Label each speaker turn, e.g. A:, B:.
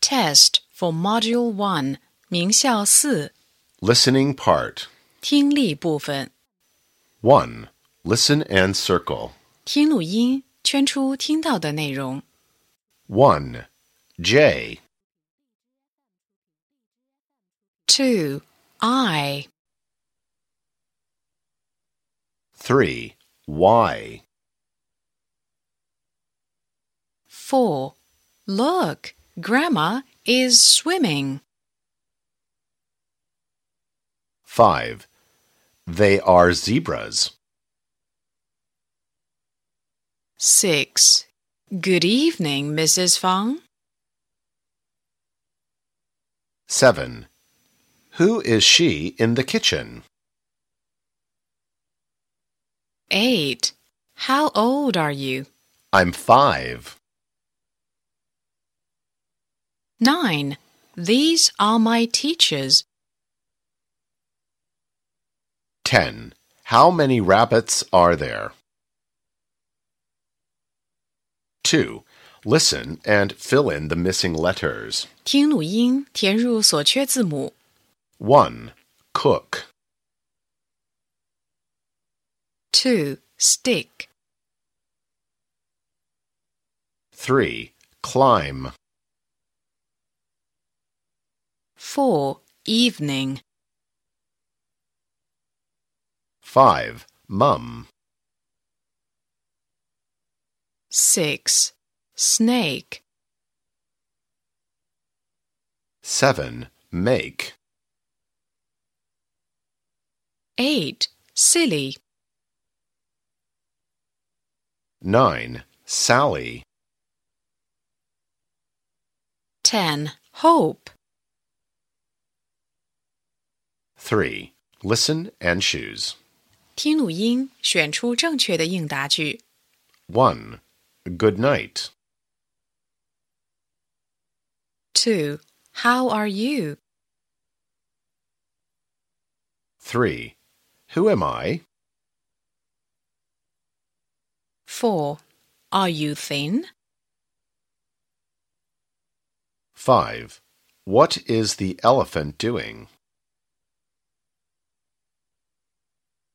A: Test for Module 1, 名校四
B: Listening part.
A: 听力部分。
B: 1. Listen and circle.
A: 听录音，圈出听到的内容。
B: 1. J.
A: 2. I.
B: 3. Y.
A: 4. Look, Grandma is swimming.
B: 5. They are zebras.
A: 6. Good evening, Mrs. Fang.
B: 7. Who is she in the kitchen?
A: 8. How old are you?
B: I'm 5.
A: 9. These are my teachers.
B: 10. How many rabbits are there? 2. Listen and fill in the missing letters.
A: 听录音，填入所缺字母。
B: 1. Cook.
A: 2. Stick.
B: 3. Climb.
A: 4. Evening.
B: 5. Mum.
A: 6. Snake.
B: 7. Make.
A: 8. Silly.
B: 9. Sally.
A: 10. Hope.
B: 3. Listen and choose.
A: 听录音，选出正确的应答句。
B: 1. Good night.
A: 2. How are you?
B: 3. Who am I?
A: 4. Are you thin?
B: 5. What is the elephant doing?